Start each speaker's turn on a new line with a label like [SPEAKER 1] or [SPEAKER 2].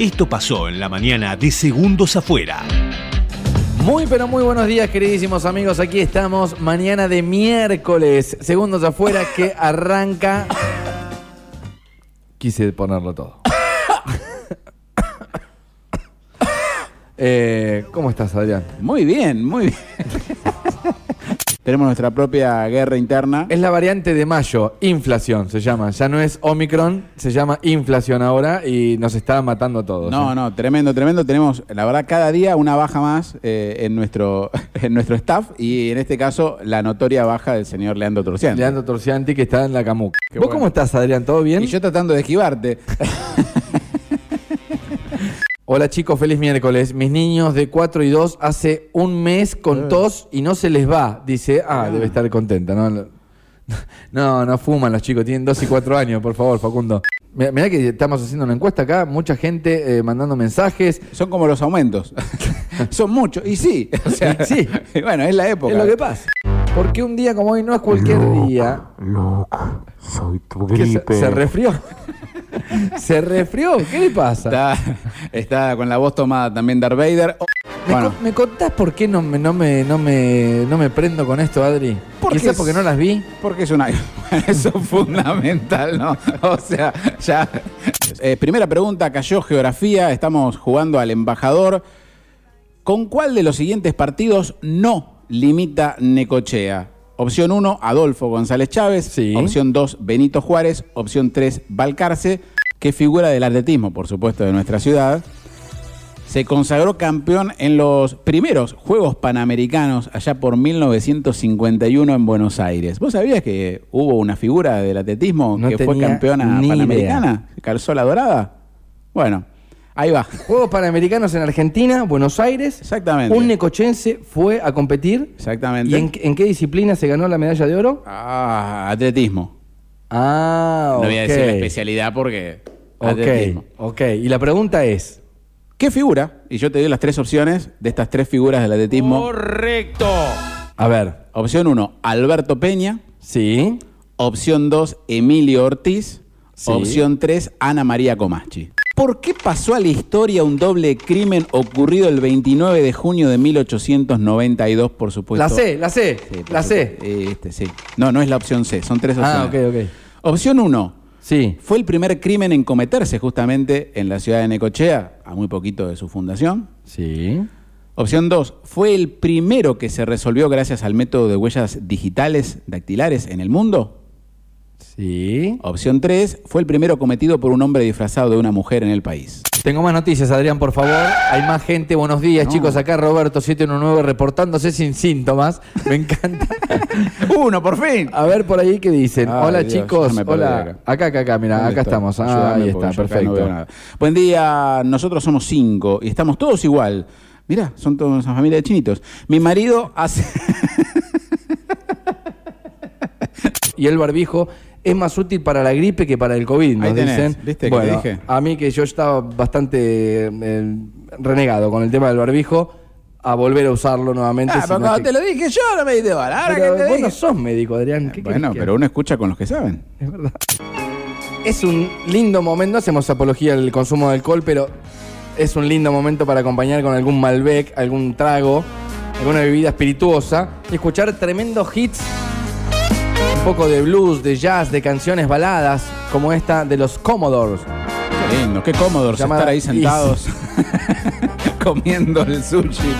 [SPEAKER 1] Esto pasó en la mañana de Segundos Afuera.
[SPEAKER 2] Muy pero muy buenos días queridísimos amigos, aquí estamos mañana de miércoles, segundos afuera que arranca... Quise ponerlo todo. Eh, ¿Cómo estás Adrián?
[SPEAKER 3] Muy bien, muy bien. Tenemos nuestra propia guerra interna.
[SPEAKER 2] Es la variante de mayo, inflación se llama, ya no es Omicron, se llama inflación ahora y nos está matando a todos. ¿eh?
[SPEAKER 3] No, no, tremendo, tremendo. Tenemos, la verdad, cada día una baja más eh, en, nuestro, en nuestro staff y en este caso la notoria baja del señor Leandro Torciano.
[SPEAKER 2] Leandro Torcianti que está en la camuca.
[SPEAKER 3] Qué
[SPEAKER 2] ¿Vos
[SPEAKER 3] bueno.
[SPEAKER 2] cómo estás Adrián? ¿Todo bien?
[SPEAKER 3] Y yo tratando de esquivarte.
[SPEAKER 2] Hola chicos, feliz miércoles. Mis niños de 4 y 2 hace un mes con tos y no se les va. Dice, ah, debe estar contenta, ¿no? No, no fuman los chicos, tienen 2 y 4 años, por favor, Facundo. Mirá, mirá que estamos haciendo una encuesta acá, mucha gente eh, mandando mensajes.
[SPEAKER 3] Son como los aumentos. Son muchos. Y sí. O sea,
[SPEAKER 2] Y sí.
[SPEAKER 3] y bueno, es la época.
[SPEAKER 2] Es lo que pasa. Porque un día como hoy no es cualquier día.
[SPEAKER 4] Loco, soy tu
[SPEAKER 2] que se,
[SPEAKER 4] gripe.
[SPEAKER 2] se resfrió. se resfrió, ¿qué le pasa?
[SPEAKER 3] Está, está con la voz tomada también Darth Vader. Oh,
[SPEAKER 2] ¿Me,
[SPEAKER 3] Bueno,
[SPEAKER 2] co- me contás por qué no me, no, me, no, me, no me prendo con esto, Adri?
[SPEAKER 3] Porque
[SPEAKER 2] Quizás
[SPEAKER 3] es-
[SPEAKER 2] porque no las vi.
[SPEAKER 3] porque es una... Eso es fundamental, ¿no? O sea, ya... Eh, primera pregunta, cayó geografía, estamos jugando al embajador. ¿Con cuál de los siguientes partidos no limita Necochea? Opción 1, Adolfo González Chávez.
[SPEAKER 2] Sí.
[SPEAKER 3] Opción 2, Benito Juárez. Opción 3, Balcarce, que figura del atletismo, por supuesto, de nuestra ciudad. Se consagró campeón en los primeros Juegos Panamericanos allá por 1951 en Buenos Aires. ¿Vos sabías que hubo una figura del atletismo
[SPEAKER 2] No
[SPEAKER 3] que fue
[SPEAKER 2] tenía
[SPEAKER 3] campeona
[SPEAKER 2] ni idea.
[SPEAKER 3] panamericana? ¿Calzó la dorada? Bueno, ahí va.
[SPEAKER 2] Juegos Panamericanos en Argentina, Buenos Aires.
[SPEAKER 3] Exactamente.
[SPEAKER 2] Un necochense fue a competir.
[SPEAKER 3] Exactamente.
[SPEAKER 2] ¿Y en, qué- en qué disciplina se ganó la medalla de oro?
[SPEAKER 3] Ah, atletismo.
[SPEAKER 2] Ah,
[SPEAKER 3] No
[SPEAKER 2] ok.
[SPEAKER 3] voy a decir la especialidad porque. atletismo.
[SPEAKER 2] Ok, ok. Y la pregunta es,
[SPEAKER 3] ¿Qué figura? Y yo te doy las tres opciones de estas tres figuras del atletismo.
[SPEAKER 2] a ver,
[SPEAKER 3] Opción 1, Alberto Peña.
[SPEAKER 2] ¿sí?
[SPEAKER 3] Opción 2, Emilio Ortiz.
[SPEAKER 2] Sí.
[SPEAKER 3] Opción 3, Ana María Comachi. ¿Por qué pasó a la historia un doble crimen ocurrido el 29 de junio de 1892, por supuesto?
[SPEAKER 2] la C, la C,
[SPEAKER 3] Sí, por
[SPEAKER 2] la C.
[SPEAKER 3] supuesto. Este, sí. No, no es la opción C, son tres opciones.
[SPEAKER 2] Ah, ok, ok.
[SPEAKER 3] Opción 1,
[SPEAKER 2] Sí.
[SPEAKER 3] Fue el primer crimen en cometerse justamente en la ciudad de Necochea, a muy poquito de su fundación.
[SPEAKER 2] Sí.
[SPEAKER 3] Opción 2. Fue el primero que se resolvió gracias al método de huellas digitales dactilares en el mundo.
[SPEAKER 2] Sí.
[SPEAKER 3] Opción 3. Fue el primero cometido por un hombre disfrazado de una mujer en el país.
[SPEAKER 2] Tengo más noticias, Adrián, por favor. Hay más gente. Buenos días, chicos. Acá Roberto 719 reportándose sin síntomas. Me encanta.
[SPEAKER 3] ¡Uno, por fin!
[SPEAKER 2] A ver por ahí qué dicen.
[SPEAKER 3] Ay,
[SPEAKER 2] Hola
[SPEAKER 3] Dios,
[SPEAKER 2] chicos.
[SPEAKER 3] ya me perdí
[SPEAKER 2] Hola.
[SPEAKER 3] acá.
[SPEAKER 2] Acá, acá, acá, mira,
[SPEAKER 3] ¿Dónde
[SPEAKER 2] acá
[SPEAKER 3] estoy?
[SPEAKER 2] estamos. Ah,
[SPEAKER 3] Ayúdame
[SPEAKER 2] ahí está,
[SPEAKER 3] porque yo acá no
[SPEAKER 2] perfecto.
[SPEAKER 3] veo nada. Buen día, nosotros somos cinco y estamos todos igual. Mirá, son todos una familia de chinitos. Mi marido hace...
[SPEAKER 2] y el barbijo es más útil para la gripe que para el COVID, nos
[SPEAKER 3] Ahí tenés,
[SPEAKER 2] dicen.
[SPEAKER 3] ¿viste que
[SPEAKER 2] bueno,
[SPEAKER 3] te dije?
[SPEAKER 2] a mí que yo estaba bastante eh, renegado con el tema del barbijo, a volver a usarlo nuevamente.
[SPEAKER 3] Ah,
[SPEAKER 2] si
[SPEAKER 3] pero
[SPEAKER 2] no
[SPEAKER 3] cuando
[SPEAKER 2] te-
[SPEAKER 3] te lo dije yo no me diste bola. Ahora
[SPEAKER 2] Pero
[SPEAKER 3] que te
[SPEAKER 2] vos
[SPEAKER 3] dije-
[SPEAKER 2] no sos médico, Adrián. ¿Qué
[SPEAKER 3] Bueno,
[SPEAKER 2] querés que
[SPEAKER 3] pero uno escucha con los que saben.
[SPEAKER 2] Es verdad. Es un lindo momento, no hacemos apología al consumo de alcohol, pero es un lindo momento para acompañar con algún Malbec, algún trago, alguna bebida espirituosa y escuchar tremendos hits. Un poco de blues, de jazz, de canciones baladas, como esta de los Commodores.
[SPEAKER 3] Qué lindo, qué cómodos
[SPEAKER 2] Llamada
[SPEAKER 3] estar ahí sentados comiendo el sushi.